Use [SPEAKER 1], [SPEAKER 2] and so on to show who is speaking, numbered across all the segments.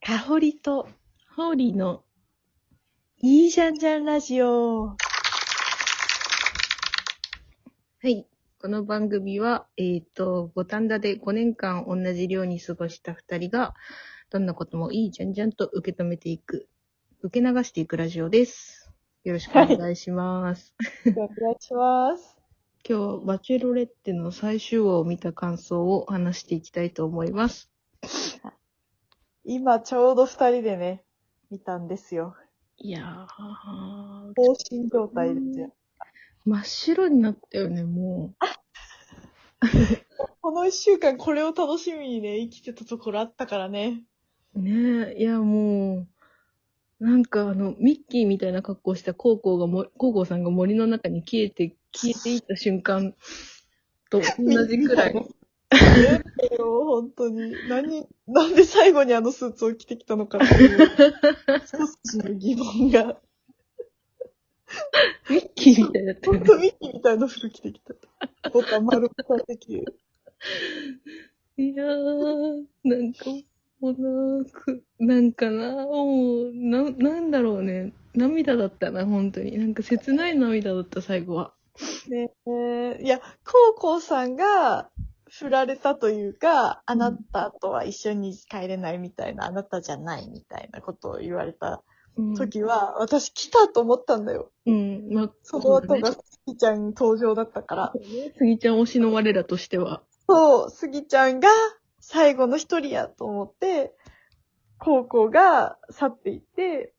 [SPEAKER 1] 香りと、
[SPEAKER 2] ホーリーの、
[SPEAKER 1] いいじゃんじゃんラジオ。
[SPEAKER 2] はい。この番組は、えっ、と、五反田で5年間同じ寮に過ごした2人が、どんなこともいいじゃんじゃんと受け止めていく、受け流していくラジオです。よろしくお願いします。
[SPEAKER 1] お願いします。
[SPEAKER 2] 今日、バチェロレッテの最終話を見た感想を話していきたいと思います。
[SPEAKER 1] 今ちょうど二人でね、見たんですよ。
[SPEAKER 2] いやー、
[SPEAKER 1] 放心状態ですよ。
[SPEAKER 2] 真っ白になったよね、もう。
[SPEAKER 1] この一週間これを楽しみにね、生きてたところあったからね。
[SPEAKER 2] ねえ、いやもう、なんかあの、ミッキーみたいな格好した高校がも、高校さんが森の中に消えて、消えていった瞬間 と同じくらい。
[SPEAKER 1] 嫌だよ、本当に。何、なんで最後にあのスーツを着てきたのかっていう、少しの疑問が。
[SPEAKER 2] ミッキーみたいだったよ
[SPEAKER 1] 本
[SPEAKER 2] ね。
[SPEAKER 1] 当ミッキーみたいな服着てきた。ボタン丸ボタンできる。
[SPEAKER 2] いやー、なんか、もうなーく、なんかなー、もう、な、なんだろうね。涙だったな、本当に。なんか切ない涙だった、最後は。
[SPEAKER 1] ねえ、いや、コウコウさんが振られたというか、あなたとは一緒に帰れないみたいな、あなたじゃないみたいなことを言われた
[SPEAKER 2] うん。
[SPEAKER 1] 時は、私来たと思ったんだよ。
[SPEAKER 2] うん、まあ、
[SPEAKER 1] その
[SPEAKER 2] そう
[SPEAKER 1] 後
[SPEAKER 2] だ
[SPEAKER 1] が
[SPEAKER 2] ね
[SPEAKER 1] スギちゃん登場だったから。
[SPEAKER 2] 杉ちゃん推しの我らとしては。
[SPEAKER 1] そう、スギちゃんが最後の一人やと思って、コウコウが去っていって、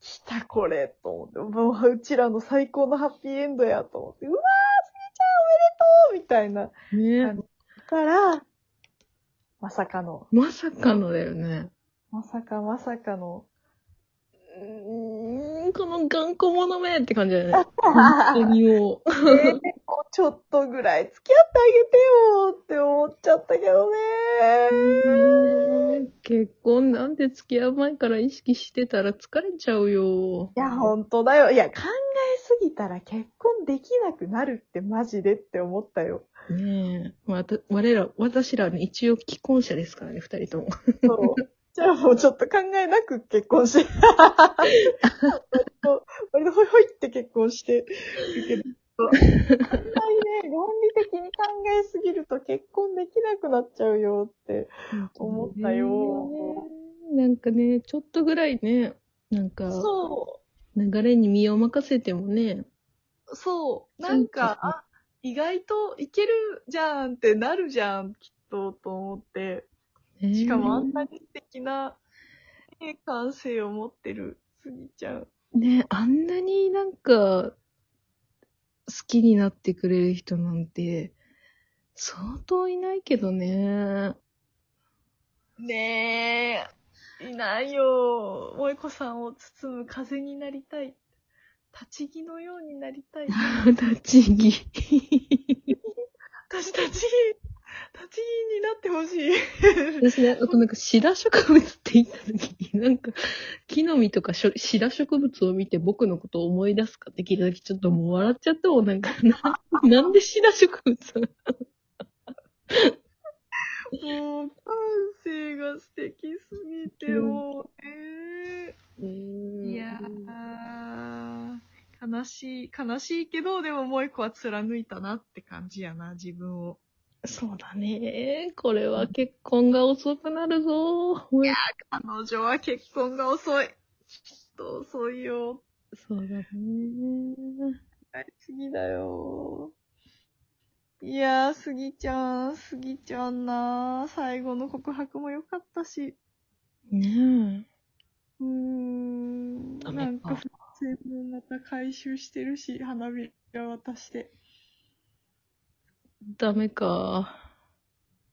[SPEAKER 1] 来たこれと思って、もううちらの最高のハッピーエンドやと思って、うわー、スギちゃんおめでとうみたいな。あ
[SPEAKER 2] ね
[SPEAKER 1] のから、まさかの、
[SPEAKER 2] まさかのだよね。
[SPEAKER 1] まさかまさかの、
[SPEAKER 2] うーん、この頑固者めって感じだよね。本当
[SPEAKER 1] ね
[SPEAKER 2] にも
[SPEAKER 1] もう
[SPEAKER 2] う。
[SPEAKER 1] ちょっとぐらい付き合ってあげてよって思っちゃったけどね。
[SPEAKER 2] 結婚なんて付き合う前から意識してたら疲れちゃうよ。
[SPEAKER 1] いや、本当だよ。いや、考えすぎたら結婚できなくなるってマジでって思ったよ。
[SPEAKER 2] ねえ。わた、我ら、私らね、一応既婚者ですからね、二人とも。
[SPEAKER 1] そう。じゃあもうちょっと考えなく結婚して。 割と、割とほいほいって結婚してる けど。あんまりね、論理的に考えすぎると結婚できなくなっちゃうよって。思ったよ
[SPEAKER 2] ねえ。なんかね、ちょっとぐらいね、なんか、
[SPEAKER 1] そ
[SPEAKER 2] 流れに身を任せてもね、
[SPEAKER 1] う、そう。
[SPEAKER 2] そう
[SPEAKER 1] なんか、あ、意外といけるじゃんってなるじゃん、きっと、と思って。
[SPEAKER 2] ねえ
[SPEAKER 1] しかもあんなに素敵な、ね、感性を持ってる、すぎちゃん。
[SPEAKER 2] ね、あんなになんか、好きになってくれる人なんて、相当いないけどね。
[SPEAKER 1] ねえ、いないよ。萌子さんを包む風になりたい。立ち木のようになりたい。
[SPEAKER 2] 立ち木。
[SPEAKER 1] 私立ち木、立ち木になってほしい。
[SPEAKER 2] 私ね、あとなんかシダ植物って言った時に、なんか、木の実とかしょシダ植物を見て僕のことを思い出すかって聞いた時、ちょっともう笑っちゃったもん、なんか、 ななんでシダ植物
[SPEAKER 1] もう、感性が素敵すぎて、もう、ええいやー、悲しい、悲しいけど、でももう一個は貫いたなって感じやな、自分を。
[SPEAKER 2] そうだね。これは結婚が遅くなるぞ。
[SPEAKER 1] 彼女は結婚が遅い。きっと遅いよ。
[SPEAKER 2] そうだね。
[SPEAKER 1] ありすぎだよ。いやー、すぎちゃん、すぎちゃんなー。最後の告白も良かったし。
[SPEAKER 2] ね
[SPEAKER 1] うーん。
[SPEAKER 2] ダ
[SPEAKER 1] な
[SPEAKER 2] メ
[SPEAKER 1] ん
[SPEAKER 2] か
[SPEAKER 1] か、全部また回収してるし、花びら渡して。
[SPEAKER 2] え。ダメか。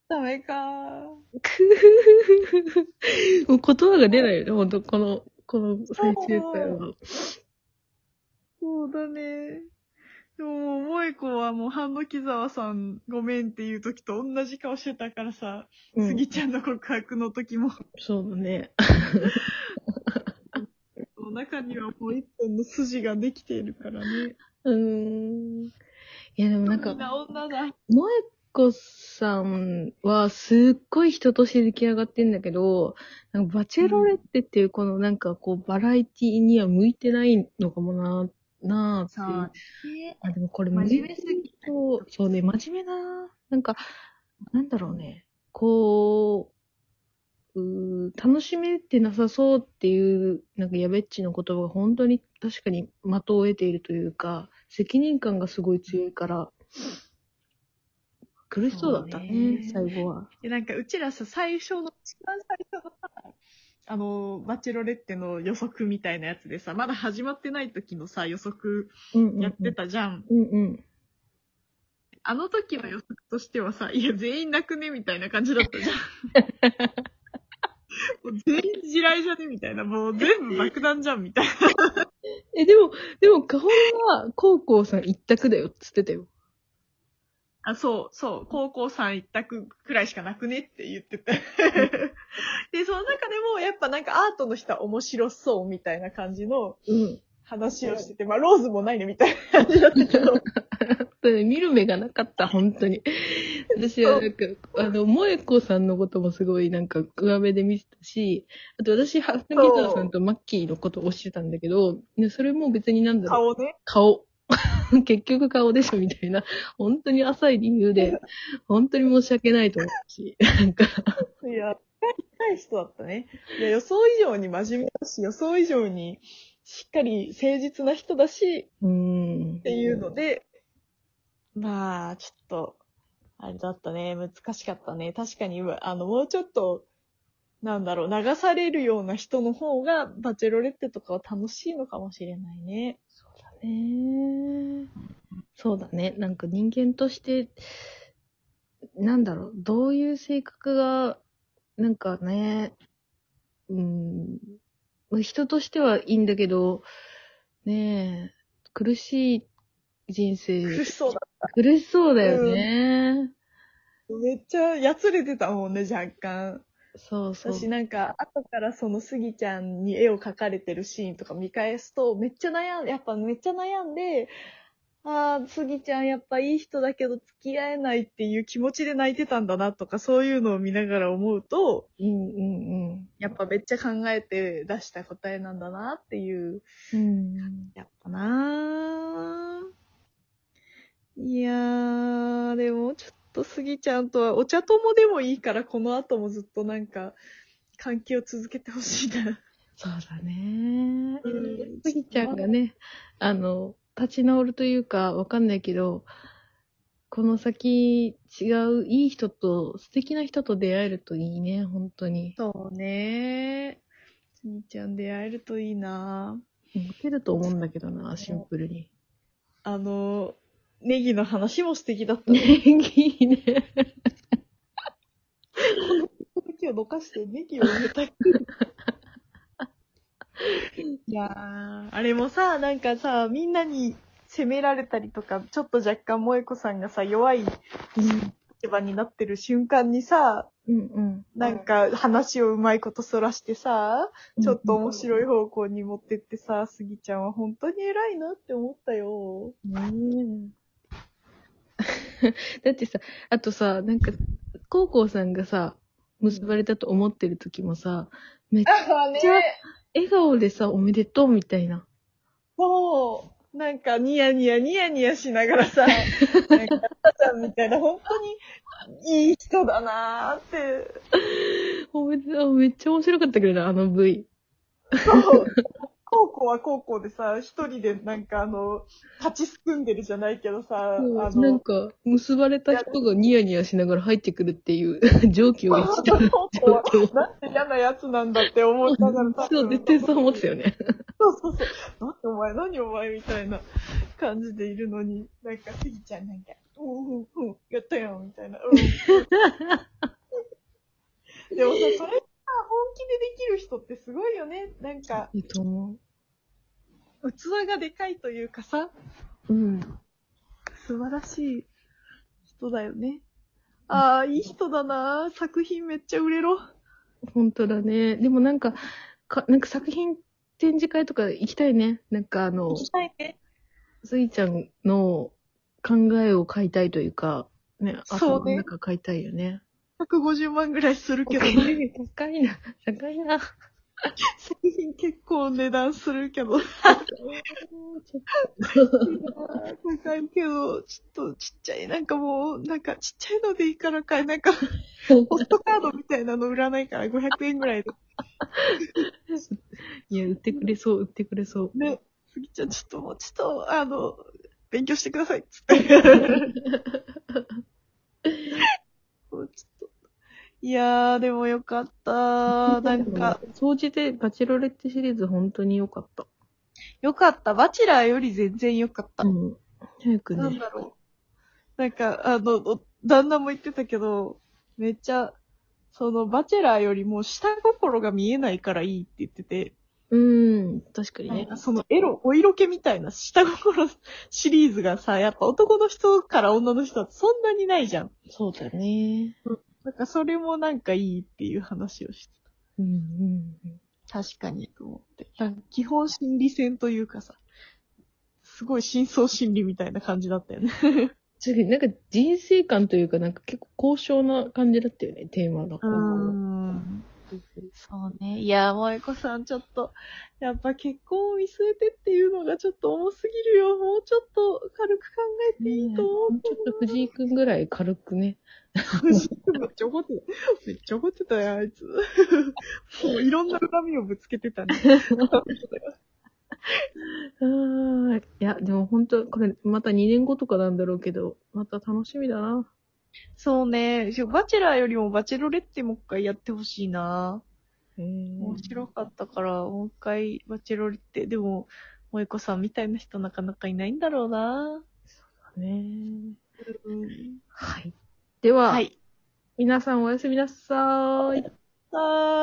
[SPEAKER 1] ダメかー。
[SPEAKER 2] くもう言葉が出ないよね、ほんと、この、この最終回は。
[SPEAKER 1] そうだね。でも、萌子はもう、半の木沢さんごめんっていう時と同じ顔してたからさ、
[SPEAKER 2] う
[SPEAKER 1] す
[SPEAKER 2] ん、
[SPEAKER 1] ぎちゃんの告白の時も、
[SPEAKER 2] そうだね。
[SPEAKER 1] 中にはもう一本の筋ができているからね。
[SPEAKER 2] うーん。いや、でもなんか、
[SPEAKER 1] みんな女だ。
[SPEAKER 2] 萌こさんはすっごい人として出来上がってんだけど、なんかバチェロレッテっていうこのなんかこうバラエティには向いてないのかもな、なあっていう。
[SPEAKER 3] ね。
[SPEAKER 2] あ、でもこれ
[SPEAKER 3] 真面目すぎ
[SPEAKER 2] そう、そうね、真面目な、なんか、なんだろうね、こう、うー楽しめてなさそうっていう、なんかやべっちの言葉が本当に確かに的を得ているというか、責任感がすごい強いから、苦しそうだったね、
[SPEAKER 1] そう
[SPEAKER 2] 最後は。
[SPEAKER 1] で、なんか、うちらさ、最初の、一番最初のさ、あの、バチェロレッテの予測みたいなやつでさ、まだ始まってない時のさ、予測
[SPEAKER 2] うんうんうん、
[SPEAKER 1] やってたじゃん。
[SPEAKER 2] うんうん。
[SPEAKER 1] あの時の予測としてはさ、いや、全員泣くね、みたいな感じだったじゃん。もう全員地雷じゃねみたいな。もう全部爆弾じゃん、みたいな。
[SPEAKER 2] え、でも、でも、花本は、高校さん一択だよ、つってたよ。
[SPEAKER 1] あ、そう、そう、高校さん一択くらいしかなくねって言ってて。で、その中でも、やっぱなんかアートの人は面白そう、みたいな感じの
[SPEAKER 2] うん。
[SPEAKER 1] 話をしてて、まあ、ローズもないね、みたいな感じだったけど。
[SPEAKER 2] だね、見る目がなかった、本当に。私はなんか、あの、萌子さんのこともすごいなんか上辺で見てたし、あと私、ハッピーターさんとマッキーのことを推してたんだけど、ねそれも別になんだろう。
[SPEAKER 1] 顔ね。
[SPEAKER 2] 顔。 結局顔でしょみたいな、本当に浅い理由 で、本当に申し訳ないと思うし、なんか、
[SPEAKER 1] いや、深い人だったね。いや、予想以上に真面目だし、予想以上にしっかり誠実な人だし、
[SPEAKER 2] うーん。っ
[SPEAKER 1] っていうので、まあ、ちょっと、あれだったね。難しかったね。確かに、うわあの、もうちょっと、なんだろう、流されるような人の方が、バチェロレッテとかは楽しいのかもしれないね。
[SPEAKER 2] ねそうだね。なんか人間として、なんだろう、どういう性格が、なんかね、うん、まあ人としてはいいんだけど、ねえ、苦しい人
[SPEAKER 1] 苦し
[SPEAKER 2] 生、
[SPEAKER 1] そうだ。
[SPEAKER 2] 苦しそうだよね。
[SPEAKER 1] めっちゃ、やつれてたもんね、若干。
[SPEAKER 2] そうそう。
[SPEAKER 1] 私なんか、後からそのスギちゃんに絵を描かれてるシーンとか見返すと、めっちゃ悩ん、やっぱめっちゃ悩んで、ああ、スギちゃんやっぱいい人だけど付き合えないっていう気持ちで泣いてたんだなとか、そういうのを見ながら思うと、
[SPEAKER 2] うんうんうん。
[SPEAKER 1] やっぱめっちゃ考えて出した答えなんだなっていう、
[SPEAKER 2] うん、
[SPEAKER 1] やっぱなーいやー、でもちょっとスギちゃんとは、お茶友でもいいから、この後もずっとなんか、関係を続けてほしいな。
[SPEAKER 2] そうだね。
[SPEAKER 1] うん
[SPEAKER 2] スギちゃんがね、あの、立ち直るというか、わかんないけど、この先、違う、いい人と、素敵な人と出会えるといいね、本当に。
[SPEAKER 1] そうね。すみちゃん出会えるといいな。
[SPEAKER 2] モテると思うんだけどな、シンプルに。
[SPEAKER 1] あの、ネギの話も素敵だった
[SPEAKER 2] ね
[SPEAKER 1] ね。
[SPEAKER 2] いいね。
[SPEAKER 1] ネギをどかしてネギを埋めたく。 いやー、あれもさ、なんかさ、みんなに責められたりとか、ちょっと若干萌子さんがさ、弱い立場になってる瞬間にさ、
[SPEAKER 2] うんうん。
[SPEAKER 1] なんか話をうまいことそらしてさ、ちょっと面
[SPEAKER 2] い。
[SPEAKER 1] 白い方向に持ってってさ、スギちゃんは本当に偉いなって思ったよ。
[SPEAKER 2] ねえだってさ、あとさ、なんか、高校さんがさ、結ばれたと思ってる時もさ、めっちゃ
[SPEAKER 1] あ
[SPEAKER 2] ね笑顔でさ、おめでとうみたいな。
[SPEAKER 1] そう。なんか、ニヤニヤ、ニヤニヤしながらさ、なんか、タちゃんみたいな、本当にいい人だなーって。
[SPEAKER 2] おめでとう、めっちゃ面白かったけどな、あの V。
[SPEAKER 1] そう。高校は高校でさ、一人でなんかあの、立ちすくんでるじゃないけどさ、あ
[SPEAKER 2] なん
[SPEAKER 1] の、
[SPEAKER 2] か、結ばれた人がニヤニヤしながら入ってくるっていう、 上気を逸した状
[SPEAKER 1] 高校は
[SPEAKER 2] 況。
[SPEAKER 1] なんて嫌なやつなんだって思いながらさ、
[SPEAKER 2] そう、絶対そう思ってたよね。
[SPEAKER 1] そうそうそう。なんでお前、何お前みたいな感じでいるのに、なんか、スギちゃんなんか、うんうんうん、やったよ、みたいな。 うん、でもさ、それさ、本気でできる人ってすごいよね。なんか、
[SPEAKER 2] いいと思
[SPEAKER 1] 器がでかいというかさ、
[SPEAKER 2] う。うん。
[SPEAKER 1] 素晴らしい人だよね。ああ、いい人だな作品めっちゃ売れろ。
[SPEAKER 2] 本当だね。でもなんか、か、なんか作品展示会とか行きたいね。なんかあの、
[SPEAKER 1] たいね。
[SPEAKER 2] スイちゃんの考えを変えたいというか、ね、あ
[SPEAKER 1] そう
[SPEAKER 2] と
[SPEAKER 1] ね
[SPEAKER 2] 真ん中買いたいよね。
[SPEAKER 1] 150万ぐらいする けど、ね、
[SPEAKER 2] 高いな、高いな。
[SPEAKER 1] 作品結構値段するけど、高いけど、ちょっとちっちゃい、なんかもう、なんかちっちゃいのでいいからかい、なんか、ポストカードみたいなの売らないから500円ぐらいで。
[SPEAKER 2] いや、売ってくれそう、売ってくれそう。
[SPEAKER 1] ね、すぎちゃんちょっともう、ちょっと、あの、勉強してくだ さい、つって。もうちょっと。いやー、でもよかった。なんか、、
[SPEAKER 2] 掃除でバチェロレッテシリーズ本当に良かった。
[SPEAKER 1] よかった。バチェラーより全然よかった。
[SPEAKER 2] うん。早く
[SPEAKER 1] なん
[SPEAKER 2] ね。
[SPEAKER 1] だろう。なんか、あの、お旦那も言ってたけど、めっちゃ、その、バチェラーよりも下心が見えないからいいって言ってて、
[SPEAKER 2] うん、確かに
[SPEAKER 1] なん
[SPEAKER 2] ね
[SPEAKER 1] か。そのエロ、お色気みたいな下心 シリーズがさ、やっぱ男の人から女の人はそんなにないじゃん。
[SPEAKER 2] そうだね。
[SPEAKER 1] なんかそれもなんかいいっていう話をして
[SPEAKER 2] うん、うん。
[SPEAKER 1] た。確かにと思って。なんか基本心理戦というかさ、すごい深層心理みたいな感じだったよね。
[SPEAKER 2] 次、なんか人生観というか、なんか結構高尚な感じだったよね、テーマが。
[SPEAKER 1] ん。そうね。いや、萌子さん、ちょっと、やっぱ結婚を見据えてっていうのがちょっと重すぎるよ。もうちょっと軽く考えていいと思う
[SPEAKER 2] ちょっと藤井くんぐらい軽くね。
[SPEAKER 1] めっちゃ怒ってた。めっちゃ怒ってたよ、あいつ。もういろんな恨みをぶつけてたね。
[SPEAKER 2] いや、でも本当これ、また2年後とかなんだろうけど、また楽しみだな。
[SPEAKER 1] そうね。バチェラーよりもバチェロレッテもう一回やってほしいな。面
[SPEAKER 2] 面
[SPEAKER 1] 白かったから、もう一回バチェロレッテ。でも、萌子さんみたいな人なかなかいないんだろうな。
[SPEAKER 2] いね。
[SPEAKER 1] うん
[SPEAKER 2] はい。では、
[SPEAKER 1] はい。
[SPEAKER 2] 皆さんおやすみなさーい。
[SPEAKER 1] あー